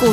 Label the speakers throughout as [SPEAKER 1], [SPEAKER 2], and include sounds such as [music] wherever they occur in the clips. [SPEAKER 1] 股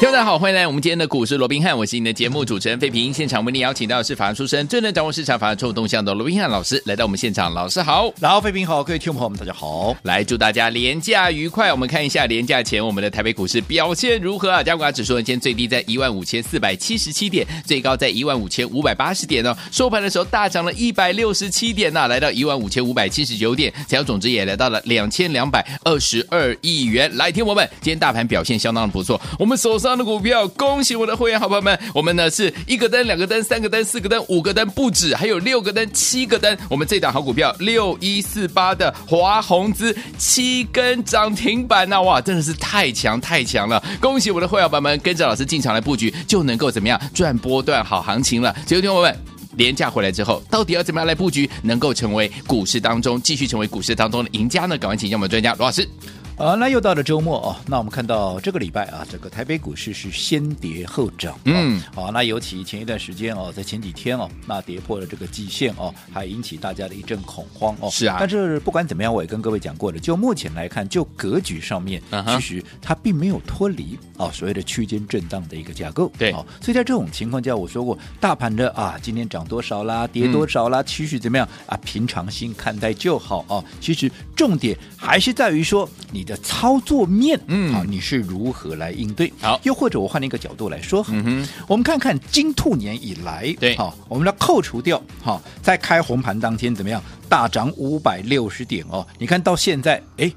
[SPEAKER 2] 听众大家好，欢迎来我们今天的股市罗宾汉，我是你的节目主持人费平。现场为您邀请到的是法律出身、最能掌握市场法律臭动向的罗宾汉老师来到我们现场，老师好。
[SPEAKER 3] 然后，费平好，各位听众朋友们，大家好。
[SPEAKER 2] 来祝大家廉价愉快。我们看一下廉价前我们的台北股市表现如何啊？加权指数呢，今天最低在一万五千四百七十七点，最高在一万五千五百八十点哦。收盘的时候大涨了一百六十七点呐、来到一万五千五百七十九点，成交总值也来到了两千两百二十二亿元。来，听我们，今天大盘表现相当的不错，我们手上的股票，恭喜我的会员好朋友们，我们呢是一个灯、两个灯、三个灯、四个灯、五个灯不止，还有六个灯、七个灯。我们这档好股票六一四八的华宏资七根涨停板呐、啊哇，真的是太强太强了！恭喜我的会员朋友们，跟着老师进场来布局，就能够怎么样赚波段好行情了。所以，听众朋友们。廉价回来之后，到底要怎么样来布局，能够成为股市当中继续成为股市当中的赢家呢？赶快请教我们专家罗老师。
[SPEAKER 3] 呃，那又到了周末哦，那我们看到这个礼拜啊，整个台北股市是先跌后涨、哦。
[SPEAKER 2] 嗯，
[SPEAKER 3] 好、那尤其前一段时间哦，在前几天哦，那跌破了这个季线哦，还引起大家的一阵恐慌哦。
[SPEAKER 2] 是啊
[SPEAKER 3] 但是不管怎么样，我也跟各位讲过了，就目前来看，就格局上面，
[SPEAKER 2] 嗯哼
[SPEAKER 3] 其实它并没有脱离哦所谓的区间震荡的一个架构。
[SPEAKER 2] 对
[SPEAKER 3] 哦，所以在这种情况下，我说过，大盘的啊，今天涨多少啦，跌多少
[SPEAKER 2] 嗯
[SPEAKER 3] 啦，趋势怎么样啊，平常心看待就好哦。其实重点还是在于说你的操作面，
[SPEAKER 2] 嗯
[SPEAKER 3] 啊，你是如何来应对？
[SPEAKER 2] 好
[SPEAKER 3] 又或者我换一个角度来说，
[SPEAKER 2] 嗯哼，
[SPEAKER 3] 我们看看金兔年以来，
[SPEAKER 2] 对
[SPEAKER 3] 好、我们来扣除掉，好、在开红盘当天怎么样，大涨五百六十点哦，你看到现在，哎。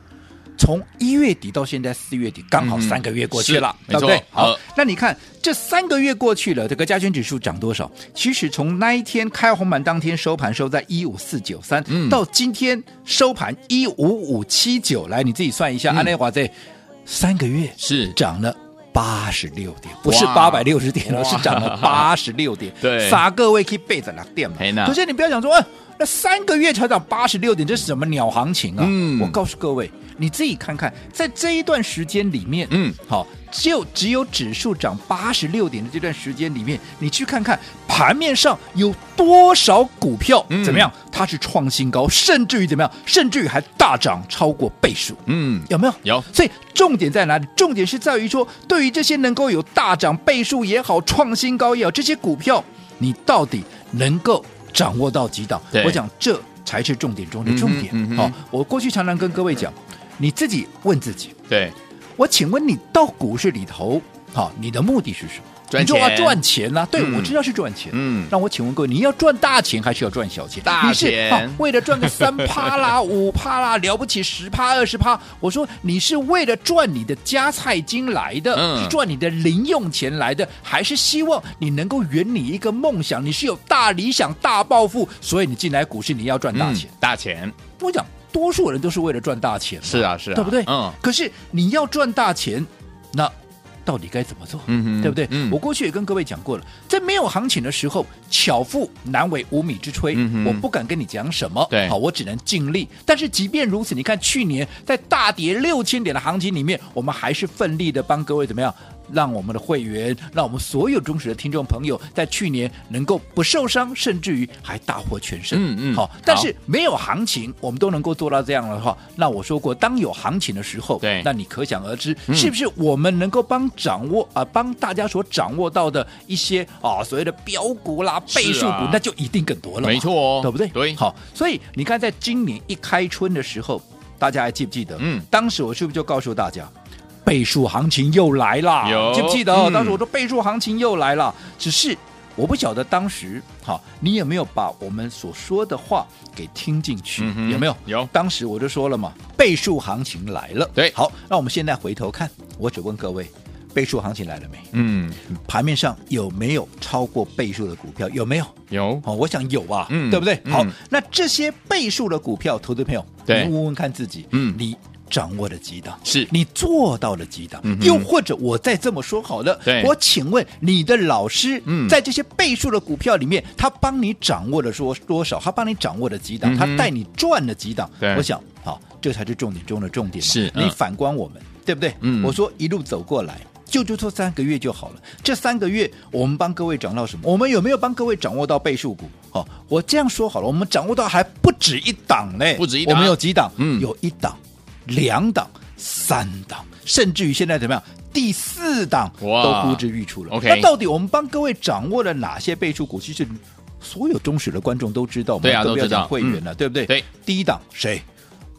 [SPEAKER 3] 从一月底到现在四月底，刚好
[SPEAKER 2] 嗯
[SPEAKER 3] 三个月过去了，
[SPEAKER 2] 是
[SPEAKER 3] 对不
[SPEAKER 2] 没
[SPEAKER 3] 对
[SPEAKER 2] 错？
[SPEAKER 3] 好
[SPEAKER 2] 呃，
[SPEAKER 3] 那你看这三个月过去了，这个加权指数涨多少？其实从那一天开红盘当天收盘收在一五四九三
[SPEAKER 2] 嗯，
[SPEAKER 3] 到今天收盘一五五七九，来你自己算一下，
[SPEAKER 2] 嗯
[SPEAKER 3] 安内华这三个月
[SPEAKER 2] 是
[SPEAKER 3] 涨了。八十六点，不是
[SPEAKER 2] 哇
[SPEAKER 3] 八百六十点
[SPEAKER 2] 哇
[SPEAKER 3] 哦，是涨了八十六点。
[SPEAKER 2] 对
[SPEAKER 3] 撒各位可以背着拿点嘛
[SPEAKER 2] 嘿呐。
[SPEAKER 3] 可是你不要讲说，啊，那三个月才涨八十六点，这是什么鸟行情啊？
[SPEAKER 2] 嗯
[SPEAKER 3] 我告诉各位，你自己看看，在这一段时间里面，
[SPEAKER 2] 嗯，
[SPEAKER 3] 好，就只有指数涨八十六点的这段时间里面，你去看看盘面上有多少股票、
[SPEAKER 2] 嗯
[SPEAKER 3] 怎么样，它是创新高，甚至于怎么样，甚至于还大涨超过倍数。
[SPEAKER 2] 嗯，
[SPEAKER 3] 有没有？
[SPEAKER 2] 有
[SPEAKER 3] 所以重点在哪里？重点是在于说，对于这些能够有大涨倍数也好、创新高也好，这些股票，你到底能够掌握到几档
[SPEAKER 2] 对？
[SPEAKER 3] 我讲这才是重点中的重点。好、
[SPEAKER 2] 嗯哼嗯哼
[SPEAKER 3] 我过去常常跟各位讲，你自己问自己，
[SPEAKER 2] 对，
[SPEAKER 3] 我请问你到股市里头，好、你的目的是什么？
[SPEAKER 2] 赚
[SPEAKER 3] 你说
[SPEAKER 2] 钱
[SPEAKER 3] 啊，赚钱呐、对、
[SPEAKER 2] 嗯
[SPEAKER 3] 我知道是赚钱。
[SPEAKER 2] 嗯，
[SPEAKER 3] 那我请问各位，你要赚大钱还是要赚小钱？
[SPEAKER 2] 大
[SPEAKER 3] 你是
[SPEAKER 2] 钱
[SPEAKER 3] 啊为了赚个三趴
[SPEAKER 2] [laughs]
[SPEAKER 3] 啦、五趴啦，了不起十趴、二十趴。我说你是为了赚你的加菜金来的，
[SPEAKER 2] 嗯
[SPEAKER 3] 是赚你的零用钱来的，还是希望你能够圆你一个梦想？你是有大理想、大抱负，所以你进来股市你要赚大
[SPEAKER 2] 嗯
[SPEAKER 3] 钱。
[SPEAKER 2] 大钱，
[SPEAKER 3] 我讲，多数人都是为了赚大钱嘛，
[SPEAKER 2] 是啊是啊，
[SPEAKER 3] 对不对？
[SPEAKER 2] 嗯，
[SPEAKER 3] 可是你要赚大钱，那到底该怎么做？
[SPEAKER 2] 嗯哼
[SPEAKER 3] 对不对？
[SPEAKER 2] 嗯
[SPEAKER 3] 我过去也跟各位讲过了，在没有行情的时候，巧妇难为无米之炊。
[SPEAKER 2] 嗯哼
[SPEAKER 3] 我不敢跟你讲什么，
[SPEAKER 2] 对嗯
[SPEAKER 3] 好，我只能尽力。但是即便如此，你看去年在大跌六千点的行情里面，我们还是奋力的帮各位怎么样？让我们的会员，让我们所有忠实的听众朋友，在去年能够不受伤，甚至于还大获全胜。
[SPEAKER 2] 嗯嗯
[SPEAKER 3] 好，但
[SPEAKER 2] 好
[SPEAKER 3] 是没有行情，我们都能够做到这样的话，那我说过，当有行情的时候，
[SPEAKER 2] 对
[SPEAKER 3] 那你可想而知，
[SPEAKER 2] 嗯
[SPEAKER 3] 是不是我们能够帮掌握啊、帮大家所掌握到的一些啊所谓的标股啦、
[SPEAKER 2] 是啊
[SPEAKER 3] 倍数股，那就一定更多了嘛，
[SPEAKER 2] 没错哦，
[SPEAKER 3] 对不对？
[SPEAKER 2] 对，
[SPEAKER 3] 好，所以你看，在今年一开春的时候，大家还记不记得？
[SPEAKER 2] 嗯
[SPEAKER 3] 当时我是不是就告诉大家？倍数行情又来啦
[SPEAKER 2] 有，
[SPEAKER 3] 记不记得、哦
[SPEAKER 2] 嗯
[SPEAKER 3] 当时我说倍数行情又来了，只是我不晓得当时好，你有没有把我们所说的话给听进去？
[SPEAKER 2] 嗯哼
[SPEAKER 3] 有没有？
[SPEAKER 2] 有
[SPEAKER 3] 当时我就说了嘛，倍数行情来了。
[SPEAKER 2] 对
[SPEAKER 3] 好，那我们现在回头看，我只问各位，倍数行情来了没？
[SPEAKER 2] 嗯，
[SPEAKER 3] 盘面上有没有超过倍数的股票？有没有？
[SPEAKER 2] 有，
[SPEAKER 3] 哦，我想有啊，
[SPEAKER 2] 嗯
[SPEAKER 3] 对不对？
[SPEAKER 2] 嗯
[SPEAKER 3] 好，那这些倍数的股票，投资朋友，
[SPEAKER 2] 对
[SPEAKER 3] 你问问看自己，
[SPEAKER 2] 嗯
[SPEAKER 3] 你掌握了几档，
[SPEAKER 2] 是
[SPEAKER 3] 你做到了几档
[SPEAKER 2] 嗯，哼
[SPEAKER 3] 又或者我再这么说好了
[SPEAKER 2] 对，
[SPEAKER 3] 我请问你的老师
[SPEAKER 2] 嗯
[SPEAKER 3] 在这些倍数的股票里面，他帮你掌握了说多少？他帮你掌握了几档？
[SPEAKER 2] 嗯哼
[SPEAKER 3] 他带你赚了几档
[SPEAKER 2] 对？
[SPEAKER 3] 我想，好，这才是重点中的重点嘛。
[SPEAKER 2] 是嗯
[SPEAKER 3] 你反观我们，对不对？
[SPEAKER 2] 嗯
[SPEAKER 3] 我说一路走过来。就就做三个月就好了。这三个月我们帮各位掌握到什么？我们有没有帮各位掌握到倍数股？好、我这样说好了，我们掌握到还不止一档呢，
[SPEAKER 2] 不止一档
[SPEAKER 3] 我们有几档？
[SPEAKER 2] 嗯
[SPEAKER 3] 有一档、两档、三档，甚至于现在怎么样？第四档
[SPEAKER 2] 哇
[SPEAKER 3] 都呼之欲出了。
[SPEAKER 2] OK
[SPEAKER 3] 那到底我们帮各位掌握了哪些倍数股？其实所有忠实的观众都知道嘛，
[SPEAKER 2] 对啊
[SPEAKER 3] 更不要
[SPEAKER 2] 都知道
[SPEAKER 3] 讲会员了，对不对？
[SPEAKER 2] 对，
[SPEAKER 3] 第一档谁？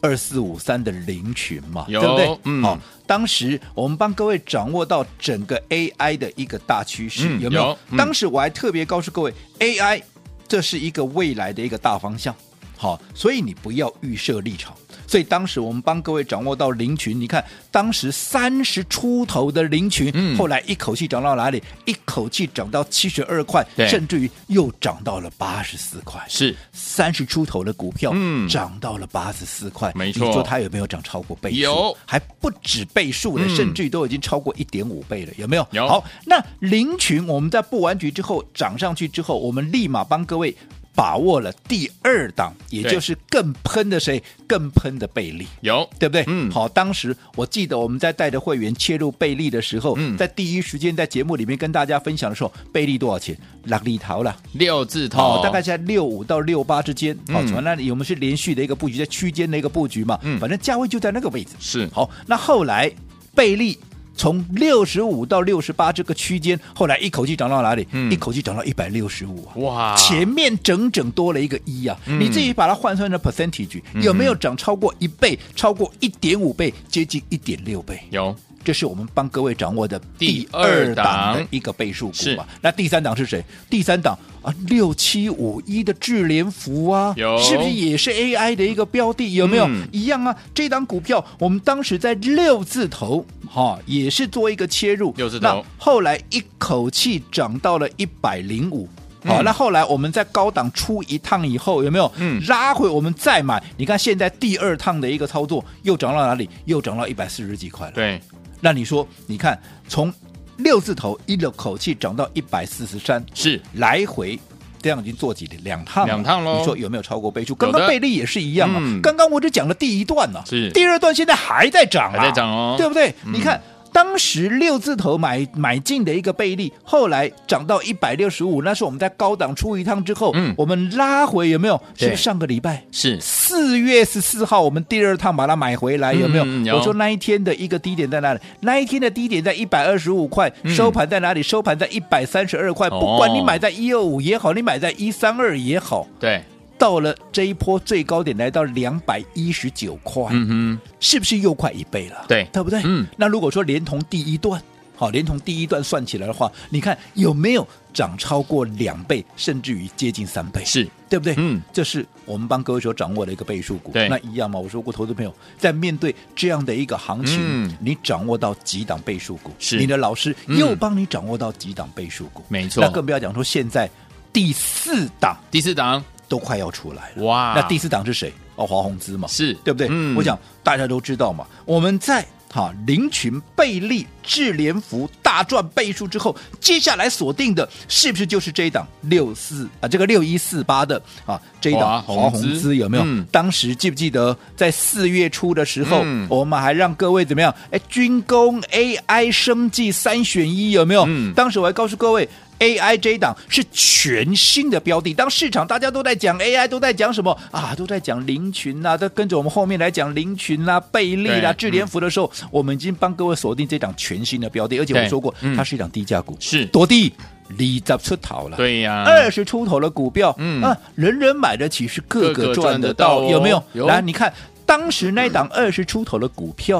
[SPEAKER 3] 二四五三的林群嘛，
[SPEAKER 2] 有
[SPEAKER 3] 对不对？
[SPEAKER 2] 嗯
[SPEAKER 3] 好当时我们帮各位掌握到整个 AI 的一个大趋势，
[SPEAKER 2] 嗯
[SPEAKER 3] 有没有？
[SPEAKER 2] 有嗯
[SPEAKER 3] 当时我还特别告诉各位，AI 这是一个未来的一个大方向。好，所以你不要预设立场。所以当时我们帮各位掌握到林群，你看当时三十出头的林群，
[SPEAKER 2] 嗯
[SPEAKER 3] 后来一口气涨到哪里？一口气涨到七十二块，
[SPEAKER 2] 对
[SPEAKER 3] 甚至于又涨到了八十四块。
[SPEAKER 2] 是
[SPEAKER 3] 三十出头的股票，
[SPEAKER 2] 嗯
[SPEAKER 3] 涨到了八十四块，
[SPEAKER 2] 没错
[SPEAKER 3] 你说它有没有涨超过倍数？
[SPEAKER 2] 有
[SPEAKER 3] 还不止倍数了，
[SPEAKER 2] 嗯
[SPEAKER 3] 甚至于都已经超过一点五倍了，有没有？
[SPEAKER 2] 有
[SPEAKER 3] 好，那林群我们在布完局之后涨上去之后，我们立马帮各位。把握了第二档，也
[SPEAKER 2] 对
[SPEAKER 3] 就是更喷的谁？更喷的贝利。
[SPEAKER 2] 有
[SPEAKER 3] 对不对？
[SPEAKER 2] 嗯
[SPEAKER 3] 好，当时我记得我们在带着会员切入贝利的时候，
[SPEAKER 2] 嗯
[SPEAKER 3] 在第一时间在节目里面跟大家分享的时候，贝利多少钱？拉力淘了，
[SPEAKER 2] 六字头，，
[SPEAKER 3] 哦大概在六五到六八之间。好、
[SPEAKER 2] 嗯
[SPEAKER 3] 从那里我们是连续的一个布局，在区间的一个布局嘛，
[SPEAKER 2] 嗯
[SPEAKER 3] 反正价位就在那个位置。
[SPEAKER 2] 是
[SPEAKER 3] 好，那后来贝利。从六十五到六十八这个区间，后来一口气涨到哪里？
[SPEAKER 2] 嗯
[SPEAKER 3] 一口气涨到一百六十五啊！
[SPEAKER 2] 哇
[SPEAKER 3] 前面整整多了一个一啊！
[SPEAKER 2] 嗯
[SPEAKER 3] 你自己把它换算成 percentage，、有没有涨超过一倍、超过一点五倍、接近一点六倍？
[SPEAKER 2] 有
[SPEAKER 3] 这是我们帮各位掌握的
[SPEAKER 2] 第
[SPEAKER 3] 第
[SPEAKER 2] 二
[SPEAKER 3] 二
[SPEAKER 2] 档
[SPEAKER 3] 档的一个倍数股
[SPEAKER 2] 是
[SPEAKER 3] 嘛。那第三档是谁？第三档啊，六七五一的智联福啊，
[SPEAKER 2] 有
[SPEAKER 3] 是不是也是 AI 的一个标的？有没有、
[SPEAKER 2] 嗯
[SPEAKER 3] 一样啊？这档股票我们当时在六字头，哈、也是做一个切入，
[SPEAKER 2] 六字头
[SPEAKER 3] 那后来一口气涨到了一百零五。好、
[SPEAKER 2] 嗯
[SPEAKER 3] 那后来我们在高档出一趟以后，有没有？
[SPEAKER 2] 嗯
[SPEAKER 3] 拉回我们再买。你看现在第二趟的一个操作又涨到哪里？又涨到一百四十几块了。
[SPEAKER 2] 对
[SPEAKER 3] 那你说，你看从六字头一的口气涨到一百四十三，
[SPEAKER 2] 是
[SPEAKER 3] 来回。这样已经做几天两趟了，
[SPEAKER 2] 两趟咯
[SPEAKER 3] 你说有没有超过倍数？
[SPEAKER 2] 有的
[SPEAKER 3] 刚刚倍利也是一样啊。
[SPEAKER 2] 嗯
[SPEAKER 3] 刚刚我只讲了第一段呢、
[SPEAKER 2] 是
[SPEAKER 3] 第二段现在还在涨、啊，
[SPEAKER 2] 还在涨哦
[SPEAKER 3] 对不对？
[SPEAKER 2] 嗯
[SPEAKER 3] 你看当时六字头买买进的一个倍利，后来涨到一百六十五，那是我们在高档出一趟之后，
[SPEAKER 2] 嗯
[SPEAKER 3] 我们拉回有没有？
[SPEAKER 2] 对
[SPEAKER 3] 是不是上个礼拜
[SPEAKER 2] 是
[SPEAKER 3] 四月十四号，我们第二趟把它买回来，有没有？
[SPEAKER 2] 嗯有
[SPEAKER 3] 我说那一天的一个低点在哪里？那一天的低点在一百二十五块，
[SPEAKER 2] 嗯
[SPEAKER 3] 收盘在哪里？收盘在一百三十二块。
[SPEAKER 2] 哦
[SPEAKER 3] 不管你买在一二五也好，你买在一三二也好，
[SPEAKER 2] 对，
[SPEAKER 3] 到了这一波最高点来到两百一十九块，
[SPEAKER 2] 嗯哼，
[SPEAKER 3] 是不是又快一倍了？
[SPEAKER 2] 对
[SPEAKER 3] 对不对？
[SPEAKER 2] 嗯。
[SPEAKER 3] 那如果说连同第一段。好，连同第一段算起来的话，你看有没有涨超过两倍，甚至于接近三倍？
[SPEAKER 2] 是
[SPEAKER 3] 对不对？
[SPEAKER 2] 嗯，
[SPEAKER 3] 这是我们帮各位所掌握的一个倍数股。
[SPEAKER 2] 对
[SPEAKER 3] 那一样嘛。我说过，投资朋友在面对这样的一个行情，
[SPEAKER 2] 嗯
[SPEAKER 3] 你掌握到几档倍数股，
[SPEAKER 2] 是
[SPEAKER 3] 你的老师
[SPEAKER 2] 嗯
[SPEAKER 3] 又帮你掌握到几档倍数股，
[SPEAKER 2] 没错
[SPEAKER 3] 那更不要讲说现在第四档
[SPEAKER 2] 第四档
[SPEAKER 3] 都快要出来了。
[SPEAKER 2] 哇，
[SPEAKER 3] 那第四档是谁？哦，华宏资嘛，
[SPEAKER 2] 是
[SPEAKER 3] 对不对？
[SPEAKER 2] 嗯
[SPEAKER 3] 我想大家都知道嘛，我们在哈林群、贝利、智联福大赚倍数之后，接下来锁定的是不是就是这一档六四啊？这个六一四八的啊，这一
[SPEAKER 2] 华
[SPEAKER 3] 档
[SPEAKER 2] 宏
[SPEAKER 3] 华宏
[SPEAKER 2] 资
[SPEAKER 3] 资有没有？
[SPEAKER 2] 嗯
[SPEAKER 3] 当时记不记得在四月初的时候，
[SPEAKER 2] 嗯
[SPEAKER 3] 我们还让各位怎么样？哎，军工 AI 生技三选一有没有？
[SPEAKER 2] 嗯
[SPEAKER 3] 当时我还告诉各位。AI 这一档是全新的标的，当市场大家都在讲 AI，都在讲什么啊？都在讲林群呐、都跟着我们后面来讲林群啦、贝利
[SPEAKER 2] 对
[SPEAKER 3] 啦、
[SPEAKER 2] 嗯
[SPEAKER 3] 智联福的时候，我们已经帮各位锁定这档全新的标的，而且
[SPEAKER 2] 对
[SPEAKER 3] 我说过，
[SPEAKER 2] 嗯
[SPEAKER 3] 它是一档低价股，
[SPEAKER 2] 是
[SPEAKER 3] 多低，离十出头了。
[SPEAKER 2] 对呀，
[SPEAKER 3] 二十出头的股票，
[SPEAKER 2] 啊嗯
[SPEAKER 3] 啊，人人买得起，是个
[SPEAKER 2] 个个
[SPEAKER 3] 个
[SPEAKER 2] 赚
[SPEAKER 3] 赚
[SPEAKER 2] 得
[SPEAKER 3] 得
[SPEAKER 2] 到
[SPEAKER 3] 到，
[SPEAKER 2] 哦
[SPEAKER 3] 有没有？
[SPEAKER 2] 有
[SPEAKER 3] 来，你看当时那档二十出头的股票，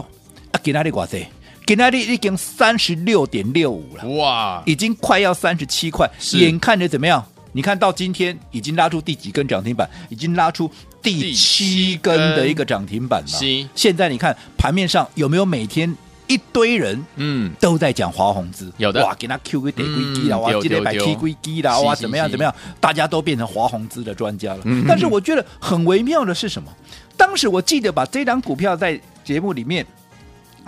[SPEAKER 3] 啊，给那里寡谁？给那里已经三十六点六五了，
[SPEAKER 2] 哇，
[SPEAKER 3] 已经快要三十七块，
[SPEAKER 2] 是
[SPEAKER 3] 眼看着怎么样？你看到今天已经拉出第几根涨停板？已经拉出
[SPEAKER 2] 第
[SPEAKER 3] 第
[SPEAKER 2] 七
[SPEAKER 3] 七根
[SPEAKER 2] 根
[SPEAKER 3] 的一个涨停板了
[SPEAKER 2] 是。
[SPEAKER 3] 现在你看盘面上有没有每天一堆人
[SPEAKER 2] 嗯，
[SPEAKER 3] 都在讲华宏资，
[SPEAKER 2] 有的
[SPEAKER 3] 哇，给他 Q 个得归机啦，
[SPEAKER 2] 嗯
[SPEAKER 3] 哇
[SPEAKER 2] 对，
[SPEAKER 3] 今天摆
[SPEAKER 2] 对
[SPEAKER 3] K 归机啦，哇，
[SPEAKER 2] 是
[SPEAKER 3] 怎么样
[SPEAKER 2] 是
[SPEAKER 3] 怎么样，大家都变成华宏资的专家了
[SPEAKER 2] 嗯。
[SPEAKER 3] 但是我觉得很微妙的是什么？当时我记得把这张股票在节目里面，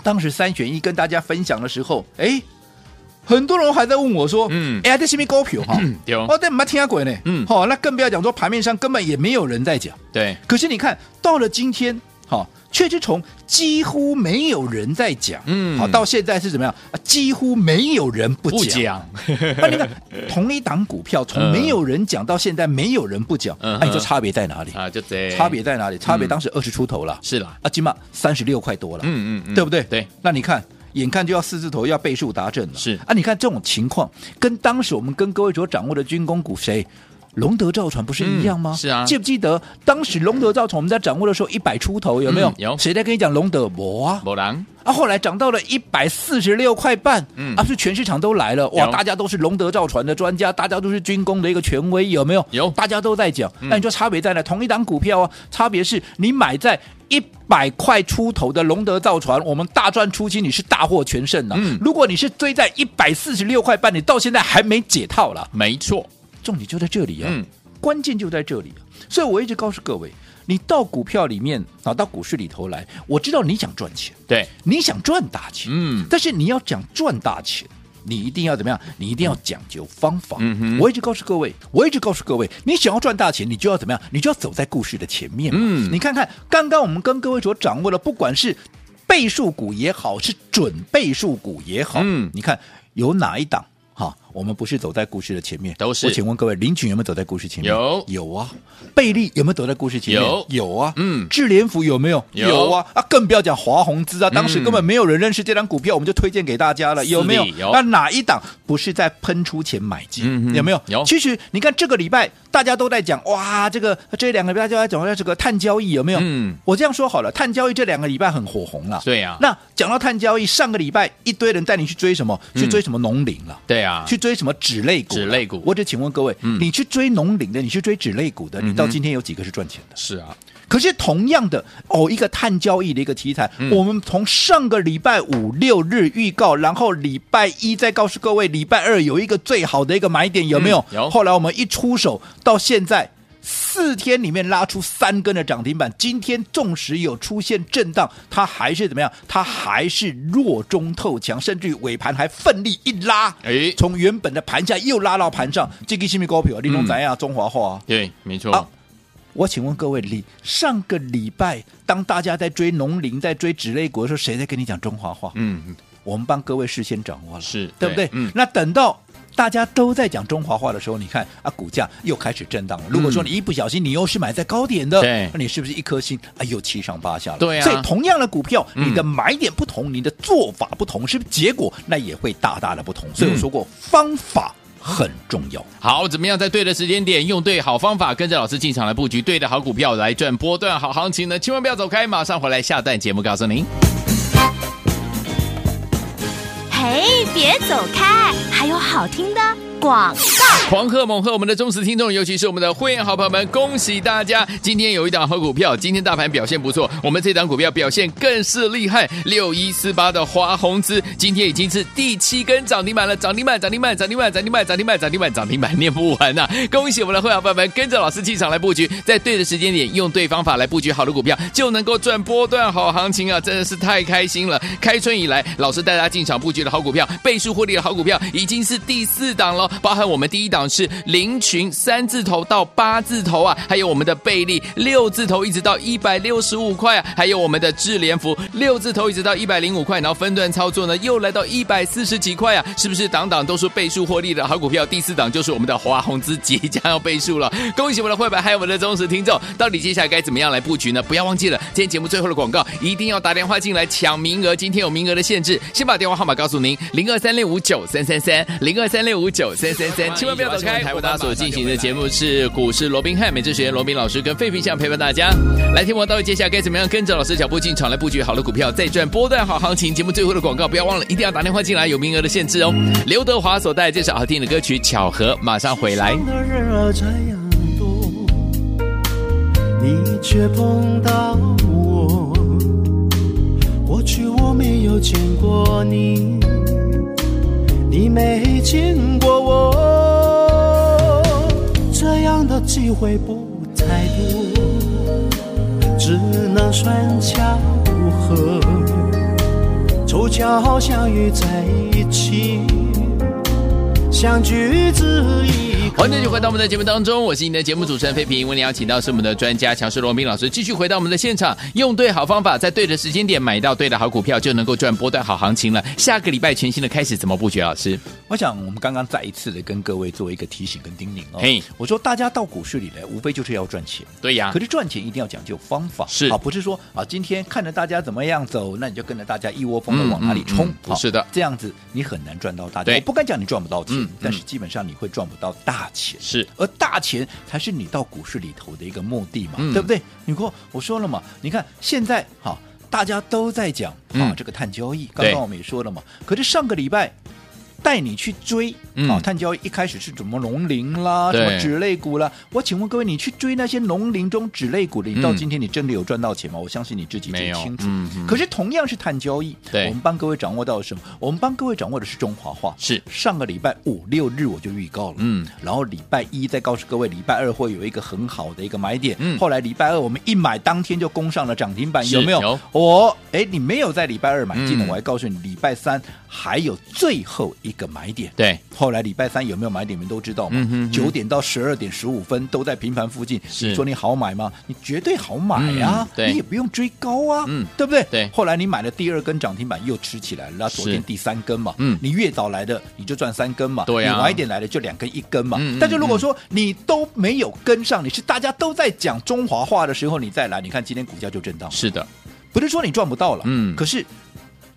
[SPEAKER 3] 当时三选一跟大家分享的时候，哎，很多人还在问我说，
[SPEAKER 2] 嗯
[SPEAKER 3] 哎，这是没股票哈
[SPEAKER 2] 嗯，对哦
[SPEAKER 3] 哦，但没听过呢，
[SPEAKER 2] 嗯
[SPEAKER 3] 好、那更不要讲说盘面上根本也没有人在讲。
[SPEAKER 2] 对，
[SPEAKER 3] 可是你看到了今天，好、却是从几乎没有人在讲，
[SPEAKER 2] 嗯
[SPEAKER 3] 好，到现在是怎么样？啊几乎没有人不
[SPEAKER 2] 不
[SPEAKER 3] 讲，
[SPEAKER 2] 讲，
[SPEAKER 3] [laughs] 那你看同一档股票，从
[SPEAKER 2] 嗯
[SPEAKER 3] 没有人讲到现在没有人不讲，
[SPEAKER 2] 嗯哼
[SPEAKER 3] 哎，这差别在哪里？
[SPEAKER 2] 啊，就这
[SPEAKER 3] 差别在哪里？差
[SPEAKER 2] 嗯
[SPEAKER 3] 别当时二十出头了，
[SPEAKER 2] 是啦，
[SPEAKER 3] 啊，起码三十六块多了，
[SPEAKER 2] 嗯嗯嗯
[SPEAKER 3] 对不对？
[SPEAKER 2] 对，
[SPEAKER 3] 那你看。眼看就要四字头，要倍数达阵了。
[SPEAKER 2] 是
[SPEAKER 3] 啊，你看这种情况，跟当时我们跟各位所掌握的军工股谁，龙德造船不是一样吗？
[SPEAKER 2] 嗯是啊
[SPEAKER 3] 记不记得当时龙德造船我们在掌握的时候一百出头，有没有
[SPEAKER 2] 嗯？有
[SPEAKER 3] 谁在跟你讲龙德博啊？
[SPEAKER 2] 某狼
[SPEAKER 3] 啊，后来涨到了一百四十六块半，
[SPEAKER 2] 嗯
[SPEAKER 3] 啊，是全市场都来了，哇，
[SPEAKER 2] 有
[SPEAKER 3] 大家都是龙德造船的专家，大家都是军工的一个权威，有没有？
[SPEAKER 2] 有嗯
[SPEAKER 3] 大家都在讲。那你说差别在哪？同一档股票啊，差别是你买在。一百块出头的龙德造船，我们大赚出清，你是大获全胜呐、啊
[SPEAKER 2] 嗯
[SPEAKER 3] 如果你是追在一百四十六块半，你到现在还没解套了，
[SPEAKER 2] 没错，
[SPEAKER 3] 重点就在这里啊。
[SPEAKER 2] 嗯
[SPEAKER 3] 关键就在这里、啊所以我一直告诉各位，你到股票里面啊，到股市里头来，我知道你想赚钱，
[SPEAKER 2] 对，
[SPEAKER 3] 你想赚大钱，
[SPEAKER 2] 嗯
[SPEAKER 3] 但是你要讲赚大钱，你一定要怎么样？你一定要讲究方法。
[SPEAKER 2] 嗯哼
[SPEAKER 3] 我一直告诉各位，我一直告诉各位，你想要赚大钱，你就要怎么样？你就要走在故事的前面嘛。
[SPEAKER 2] 嗯
[SPEAKER 3] 你看看刚刚我们跟各位所掌握的，不管是倍数股也好，是准倍数股也好，
[SPEAKER 2] 嗯
[SPEAKER 3] 你看有哪一档？哈，我们不是走在故事的前面，
[SPEAKER 2] 都是
[SPEAKER 3] 我请问各位，林群有没有走在故事前面？
[SPEAKER 2] 有
[SPEAKER 3] 有啊。贝利有没有走在故事前面？
[SPEAKER 2] 有
[SPEAKER 3] 有啊。
[SPEAKER 2] 嗯
[SPEAKER 3] 智联福有没有？
[SPEAKER 2] 有
[SPEAKER 3] 啊。啊，更不要讲华宏资啊，当时根本没有人认识这张股票，我们就推荐给大家了，
[SPEAKER 2] 是
[SPEAKER 3] 有没有
[SPEAKER 2] 的？嗯有
[SPEAKER 3] 那哪一档不是在喷出前买进？
[SPEAKER 2] 嗯哼
[SPEAKER 3] 有没有？
[SPEAKER 2] 有
[SPEAKER 3] 其实你看这个礼拜大家都在讲，哇，这个这两个礼拜大家讲这个碳交易有没有？
[SPEAKER 2] 嗯，
[SPEAKER 3] 我这样说好了，碳交易这两个礼拜很火红了。
[SPEAKER 2] 对啊，
[SPEAKER 3] 那讲到碳交易，上个礼拜一堆人带你去追什么？去追什么农林了？
[SPEAKER 2] 对嗯啊，
[SPEAKER 3] 去追什么纸类股了？
[SPEAKER 2] 纸类股
[SPEAKER 3] 我只请问各位，
[SPEAKER 2] 嗯
[SPEAKER 3] 你去追农林的，你去追纸类股的，你到今天有几个是赚钱的？
[SPEAKER 2] 是啊，
[SPEAKER 3] 可是同样的哦，一个碳交易的一个题材，
[SPEAKER 2] 嗯
[SPEAKER 3] 我们从上个礼拜五六日预告，然后礼拜一再告诉各位，礼拜二有一个最好的一个买点，有没有？
[SPEAKER 2] 嗯有
[SPEAKER 3] 后来我们一出手，到现在。四天里面拉出三根的涨停板，今天纵使有出现震荡，它还是怎么样？它还是弱中透强，甚至于尾盘还奋力一拉，
[SPEAKER 2] 哎
[SPEAKER 3] 从原本的盘下又拉到盘上。这个是咪股票？你拢知
[SPEAKER 2] 嗯
[SPEAKER 3] 啊？中华化啊？
[SPEAKER 2] 对，没错，
[SPEAKER 3] 好我请问各位，你上个礼拜当大家在追农林、在追纸类股的时候，谁在跟你讲中华话？
[SPEAKER 2] 嗯，
[SPEAKER 3] 我们帮各位事先掌握了，
[SPEAKER 2] 是
[SPEAKER 3] 对不对？
[SPEAKER 2] 对嗯
[SPEAKER 3] 那等到。大家都在讲中华话的时候，你看啊，股价又开始震荡了。如果说你一不小心，你又是买在高点的，
[SPEAKER 2] 嗯对
[SPEAKER 3] 那你是不是一颗心啊又七上八下了？
[SPEAKER 2] 对啊
[SPEAKER 3] 所以同样的股票，
[SPEAKER 2] 嗯
[SPEAKER 3] 你的买点不同，你的做法不同，是不是结果那也会大大的不同？
[SPEAKER 2] 嗯
[SPEAKER 3] 所以我说过，方法很重要。
[SPEAKER 2] 好，怎么样在对的时间点用对好方法，跟着老师进场来布局对的好股票，来赚波段好行情呢？千万不要走开，马上回来下段节目告诉您。
[SPEAKER 1] 嘿，别走开，还有好听的广。
[SPEAKER 2] 狂贺猛贺我们的忠实听众，尤其是我们的会员好朋友们，恭喜大家！今天有一档好股票，今天大盘表现不错，我们这档股票表现更是厉害。六一四八的华宏资，今天已经是第七根涨停板了，涨停板，涨停板，涨停板，涨停板，涨停板，涨停板，涨停板，念不完呐、恭喜我们的会员好朋友们，跟着老师进场来布局，在对的时间点，用对方法来布局好的股票，就能够赚波段好行情啊！真的是太开心了！开春以来，老师带大家进场布局的好股票，倍数获利的好股票，已经是第四档了，包含我们第一档是林群三字头到八字头啊，还有我们的贝利六字头一直到一百六十五块啊，还有我们的智联福六字头一直到一百零五块，然后分段操作呢又来到一百四十几块啊，是不是档档都是倍数获利的好股票？第四档就是我们的华宏资即将要倍数了，恭喜我们的会员还有我们的忠实听众，到底接下来该怎么样来布局呢？不要忘记了，今天节目最后的广告一定要打电话进来抢名额，今天有名额的限制，先把电话号码告诉您零二三六五九三三三零二三六五九三三三，哎千万不要走开。台为大家所进行的节目是股市罗宾汉，每次学员罗宾老师跟费皮相陪伴大家。来听我到底接下来该怎么样跟着老师脚步进场来布局好的股票，再赚波段好行情。节目最后的广告不要忘了，一定要打电话进来，有名额的限制哦。刘德华所带来这首好听的歌曲《巧合》，马上回来。
[SPEAKER 4] 的人儿这样多，你却碰到我。过去我没有见过你，你没见过我。这样的机会不太多，只能算巧合。合，凑巧相遇在一起，像橘子一颗
[SPEAKER 2] 欢迎继续回到我们的节目当中，我是您的节目主持人费平。为您邀请到是我们的专家强势罗斌老师，继续回到我们的现场，用对好方法，在对的时间点买到对的好股票，就能够赚波段好行情了。下个礼拜全新的开始，怎么布局？啊老师，
[SPEAKER 3] 我想我们刚刚再一次的跟各位做一个提醒跟叮咛哦。
[SPEAKER 2] 嘿
[SPEAKER 3] 我说大家到股市里来，无非就是要赚钱。
[SPEAKER 2] 对呀
[SPEAKER 3] 可是赚钱一定要讲究方法，
[SPEAKER 2] 是
[SPEAKER 3] 啊，不是说啊，今天看着大家怎么样走，那你就跟着大家一窝蜂
[SPEAKER 2] 嗯
[SPEAKER 3] 的往哪里冲
[SPEAKER 2] 嗯嗯，
[SPEAKER 3] 好
[SPEAKER 2] 是的
[SPEAKER 3] 这样子你很难赚到大钱。
[SPEAKER 2] 对
[SPEAKER 3] 我不敢讲你赚不到钱
[SPEAKER 2] 嗯嗯，
[SPEAKER 3] 但是基本上你会赚不到大钱。
[SPEAKER 2] 是
[SPEAKER 3] 而大钱才是你到股市里头的一个目的嘛，
[SPEAKER 2] 嗯
[SPEAKER 3] 对不对？你跟我我说了嘛，你看现在哈、大家都在讲啊、
[SPEAKER 2] 嗯
[SPEAKER 3] 这个碳交易，
[SPEAKER 2] 对
[SPEAKER 3] 刚刚我们也说了嘛。可是上个礼拜带你去追啊、
[SPEAKER 2] 嗯
[SPEAKER 3] 碳交易一开始是怎么龙鳞啦，
[SPEAKER 2] 对
[SPEAKER 3] 什么纸类股啦。我请问各位，你去追那些龙鳞中纸类股的，你到
[SPEAKER 2] 嗯
[SPEAKER 3] 今天你真的有赚到钱吗？我相信你自己最清楚。
[SPEAKER 2] 嗯嗯
[SPEAKER 3] 可是同样是碳交易，
[SPEAKER 2] 对
[SPEAKER 3] 我们帮各位掌握到了什么？我们帮各位掌握的是中华化，
[SPEAKER 2] 是
[SPEAKER 3] 上个礼拜五六日我就预告了，
[SPEAKER 2] 嗯，
[SPEAKER 3] 然后礼拜一再告诉各位，礼拜二会有一个很好的一个买点，
[SPEAKER 2] 嗯
[SPEAKER 3] 后来礼拜二我们一买，当天就攻上了涨停板，
[SPEAKER 2] 是
[SPEAKER 3] 有没有？
[SPEAKER 2] 有
[SPEAKER 3] 我哎，你没有在礼拜二买进的，
[SPEAKER 2] 嗯
[SPEAKER 3] 我还告诉你，礼拜三还有最后一个买点，
[SPEAKER 2] 对，
[SPEAKER 3] 后来礼拜三有没有买点，你们都知道
[SPEAKER 2] 嗯
[SPEAKER 3] 嘛
[SPEAKER 2] 哼哼？
[SPEAKER 3] 九、点到十二点十五分都在平盘附近，
[SPEAKER 2] 是
[SPEAKER 3] 你说你好买吗？你绝对好买啊
[SPEAKER 2] 嗯，对
[SPEAKER 3] 你也不用追高啊，
[SPEAKER 2] 嗯
[SPEAKER 3] 对不对？
[SPEAKER 2] 对
[SPEAKER 3] 后来你买了第二根涨停板又吃起来了，那昨天
[SPEAKER 2] 是
[SPEAKER 3] 第三根嘛，
[SPEAKER 2] 嗯
[SPEAKER 3] 你越早来的你就赚三根嘛，
[SPEAKER 2] 对啊
[SPEAKER 3] 你晚一点来的就两根一根嘛。
[SPEAKER 2] 嗯嗯
[SPEAKER 3] 但是如果说你都没有跟上，你是大家都在讲中华话的时候你再来，你看今天股价就震荡，
[SPEAKER 2] 是的，
[SPEAKER 3] 不是说你赚不到了，
[SPEAKER 2] 嗯
[SPEAKER 3] 可是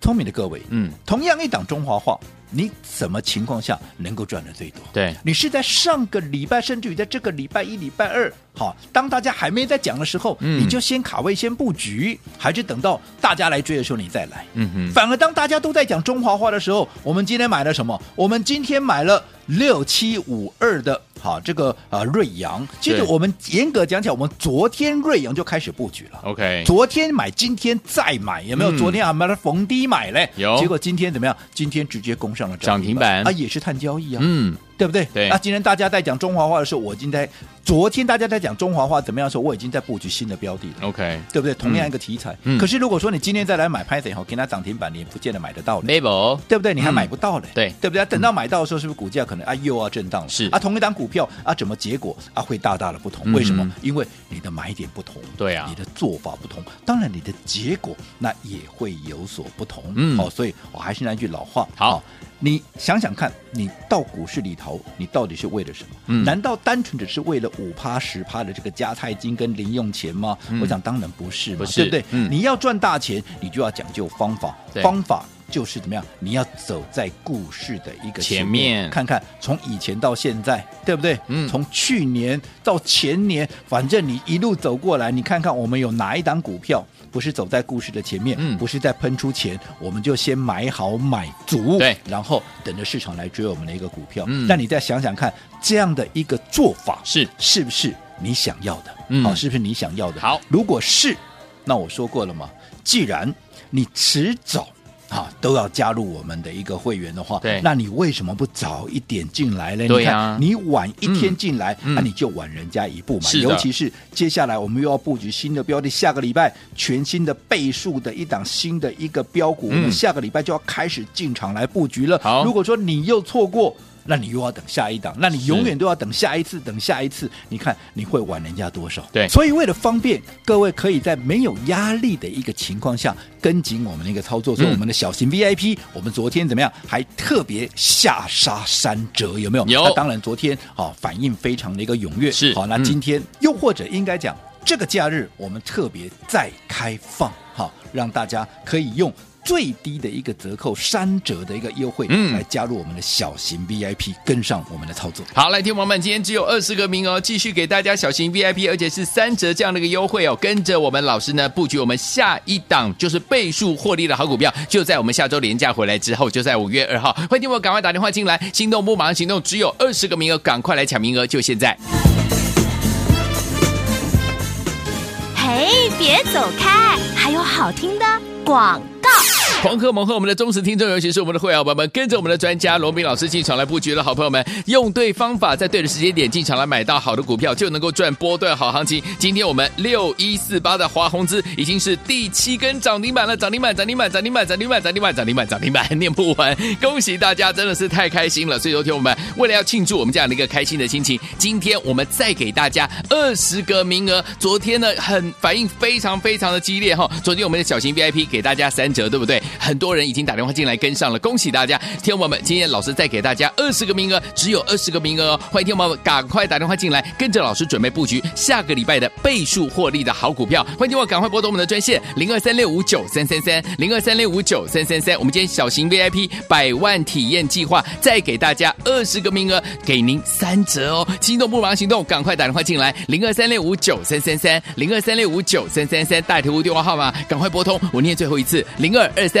[SPEAKER 3] 聪明的各位，
[SPEAKER 2] 嗯，
[SPEAKER 3] 同样一档中华话，你什么情况下能够赚的最多？
[SPEAKER 2] 对，
[SPEAKER 3] 你是在上个礼拜，甚至于在这个礼拜一、礼拜二，好，当大家还没在讲的时候，
[SPEAKER 2] 嗯
[SPEAKER 3] 你就先卡位、先布局，还是等到大家来追的时候你再来？
[SPEAKER 2] 嗯哼，
[SPEAKER 3] 反而当大家都在讲中华话的时候，我们今天买了什么？我们今天买了六七五二的，好这个呃瑞阳。其实
[SPEAKER 2] 对
[SPEAKER 3] 我们严格讲起来，我们昨天瑞阳就开始布局了。
[SPEAKER 2] OK，
[SPEAKER 3] 昨天买，今天再买，有没有？
[SPEAKER 2] 哎嗯
[SPEAKER 3] 昨天啊，把它逢低买嘞，
[SPEAKER 2] 有
[SPEAKER 3] 结果今天怎么样？今天直接攻上了
[SPEAKER 2] 涨停板
[SPEAKER 3] 啊，也是碳交易啊，
[SPEAKER 2] 嗯，
[SPEAKER 3] 对不对？
[SPEAKER 2] 对
[SPEAKER 3] 那今天大家在讲中华话的时候，我已经在昨天大家在讲中华话怎么样的时候，我已经在布局新的标的了。
[SPEAKER 2] OK，
[SPEAKER 3] 对不对？同样一个题材，
[SPEAKER 2] 哦嗯
[SPEAKER 3] 可是如果说你今天再来买 Python 后，给它涨停板，你也不见得买得到嘞。
[SPEAKER 2] Mabel，
[SPEAKER 3] 对不对？你还
[SPEAKER 2] 嗯
[SPEAKER 3] 买不到嘞，
[SPEAKER 2] 对嗯
[SPEAKER 3] 对不对？等到买到的时候，是不是股价可能啊又要震荡了？
[SPEAKER 2] 是
[SPEAKER 3] 啊，同一档股票啊，怎么结果啊会大大的不
[SPEAKER 2] 嗯
[SPEAKER 3] 同？为什么？因为你的买点不同，
[SPEAKER 2] 对啊
[SPEAKER 3] 你的做法不同，当然你的结果那也会有所不同。
[SPEAKER 2] 嗯
[SPEAKER 3] 好，所以我还是那句老话，
[SPEAKER 2] 好
[SPEAKER 3] 哦。你想想看，你到股市里头，你到底是为了什么？
[SPEAKER 2] 嗯
[SPEAKER 3] 难道单纯只是为了五趴十趴的这个加菜金跟零用钱吗？
[SPEAKER 2] 嗯
[SPEAKER 3] 我想当然不是嘛，
[SPEAKER 2] 不是
[SPEAKER 3] 对不对？
[SPEAKER 2] 嗯
[SPEAKER 3] 你要赚大钱，你就要讲究方法
[SPEAKER 2] 对，
[SPEAKER 3] 方法就是怎么样？你要走在故事的一个
[SPEAKER 2] 前
[SPEAKER 3] 前
[SPEAKER 2] 面
[SPEAKER 3] 看看从以前到现在，对不对？
[SPEAKER 2] 嗯
[SPEAKER 3] 从去年到前年，反正你一路走过来，你看看我们有哪一档股票不是走在故事的前面，
[SPEAKER 2] 嗯
[SPEAKER 3] 不是在喷出前，我们就先买好买足，
[SPEAKER 2] 对
[SPEAKER 3] 然后等着市场来追我们的一个股票。
[SPEAKER 2] 嗯
[SPEAKER 3] 那你再想想看，这样的一个做法
[SPEAKER 2] 是
[SPEAKER 3] 是不是你想要的？
[SPEAKER 2] 嗯
[SPEAKER 3] 好，是不是你想要的？
[SPEAKER 2] 好
[SPEAKER 3] 如果是，那我说过了嘛，既然你迟早。啊，都要加入我们的一个会员的话，
[SPEAKER 2] 对
[SPEAKER 3] 那你为什么不早一点进来呢？
[SPEAKER 2] 对
[SPEAKER 3] 你
[SPEAKER 2] 呀
[SPEAKER 3] 看你晚一天
[SPEAKER 2] 嗯
[SPEAKER 3] 进来，那、
[SPEAKER 2] 嗯
[SPEAKER 3] 你就晚人家一步嘛。
[SPEAKER 2] 是的
[SPEAKER 3] 尤其是接下来我们又要布局新的标的，下个礼拜全新的倍数的一档新的一个标股，我
[SPEAKER 2] 嗯
[SPEAKER 3] 们下个礼拜就要开始进场来布局了。
[SPEAKER 2] 好
[SPEAKER 3] 如果说你又错过。那你又要等下一档，那你
[SPEAKER 2] 是
[SPEAKER 3] 永远都要等下一次，等下一次，你看你会晚人家多少？
[SPEAKER 2] 对
[SPEAKER 3] 所以为了方便各位，可以在没有压力的一个情况下跟紧我们的一个操作，所以
[SPEAKER 2] 嗯
[SPEAKER 3] 我们的小型 VIP，、我们昨天怎么样？还特别下杀三折，有没有？
[SPEAKER 2] 有
[SPEAKER 3] 那当然，昨天啊、反应非常的一个踊跃。
[SPEAKER 2] 是
[SPEAKER 3] 好，那
[SPEAKER 2] 嗯
[SPEAKER 3] 今天、又或者应该讲，这个假日我们特别再开放，好，让大家可以用。最低的一个折扣，三折的一个优惠，
[SPEAKER 2] 嗯
[SPEAKER 3] 来加入我们的小型 VIP，跟上我们的操作。
[SPEAKER 2] 好，来，听众朋友们，今天只有二十个名额，继续给大家小型 VIP，而且是三折这样的一个优惠哦。跟着我们老师呢布局我们下一档就是倍数获利的好股票，就在我们下周廉价回来之后，就在五月二号。欢迎听我赶快打电话进来，心动不马上行动，只有二十个名额，赶快来抢名额，就现在。
[SPEAKER 1] 嘿，别走开，还有好听的广告。
[SPEAKER 2] [laughs] 黄鹤蒙和我们的忠实听众，尤其是我们的会员伙伴们，跟着我们的专家罗斌老师进场来布局的好朋友们，用对方法，在对的时间点进场来买到好的股票，就能够赚波段好行情。今天我们六一四八的华宏资已经是第七根涨停板了，涨停板，涨停板，涨停板，涨停板，涨停板，涨停板，涨停板，念不完，恭喜大家，真的是太开心了。所以，昨天我们为了要庆祝我们这样的一个开心的心情，今天我们再给大家二十个名额。昨天呢，很反应非常非常的激烈哈、昨天我们的小型 VIP 给大家三折，对不对？很多人已经打电话进来跟上了，恭喜大家！天友们，今天老师再给大家二十个名额，只有二十个名额哦，欢迎天友们赶快打电话进来，跟着老师准备布局下个礼拜的倍数获利的好股票。欢迎天友赶快拨通我们的专线零二三六五九三三三零二三六五九三三三。我们今天小型 VIP 百万体验计划再给大家二十个名额，给您三折哦！心动不忙行动，赶快打电话进来零二三六五九三三三零二三六五九三三三大图电话号码，赶快拨通，我念最后一次零二二三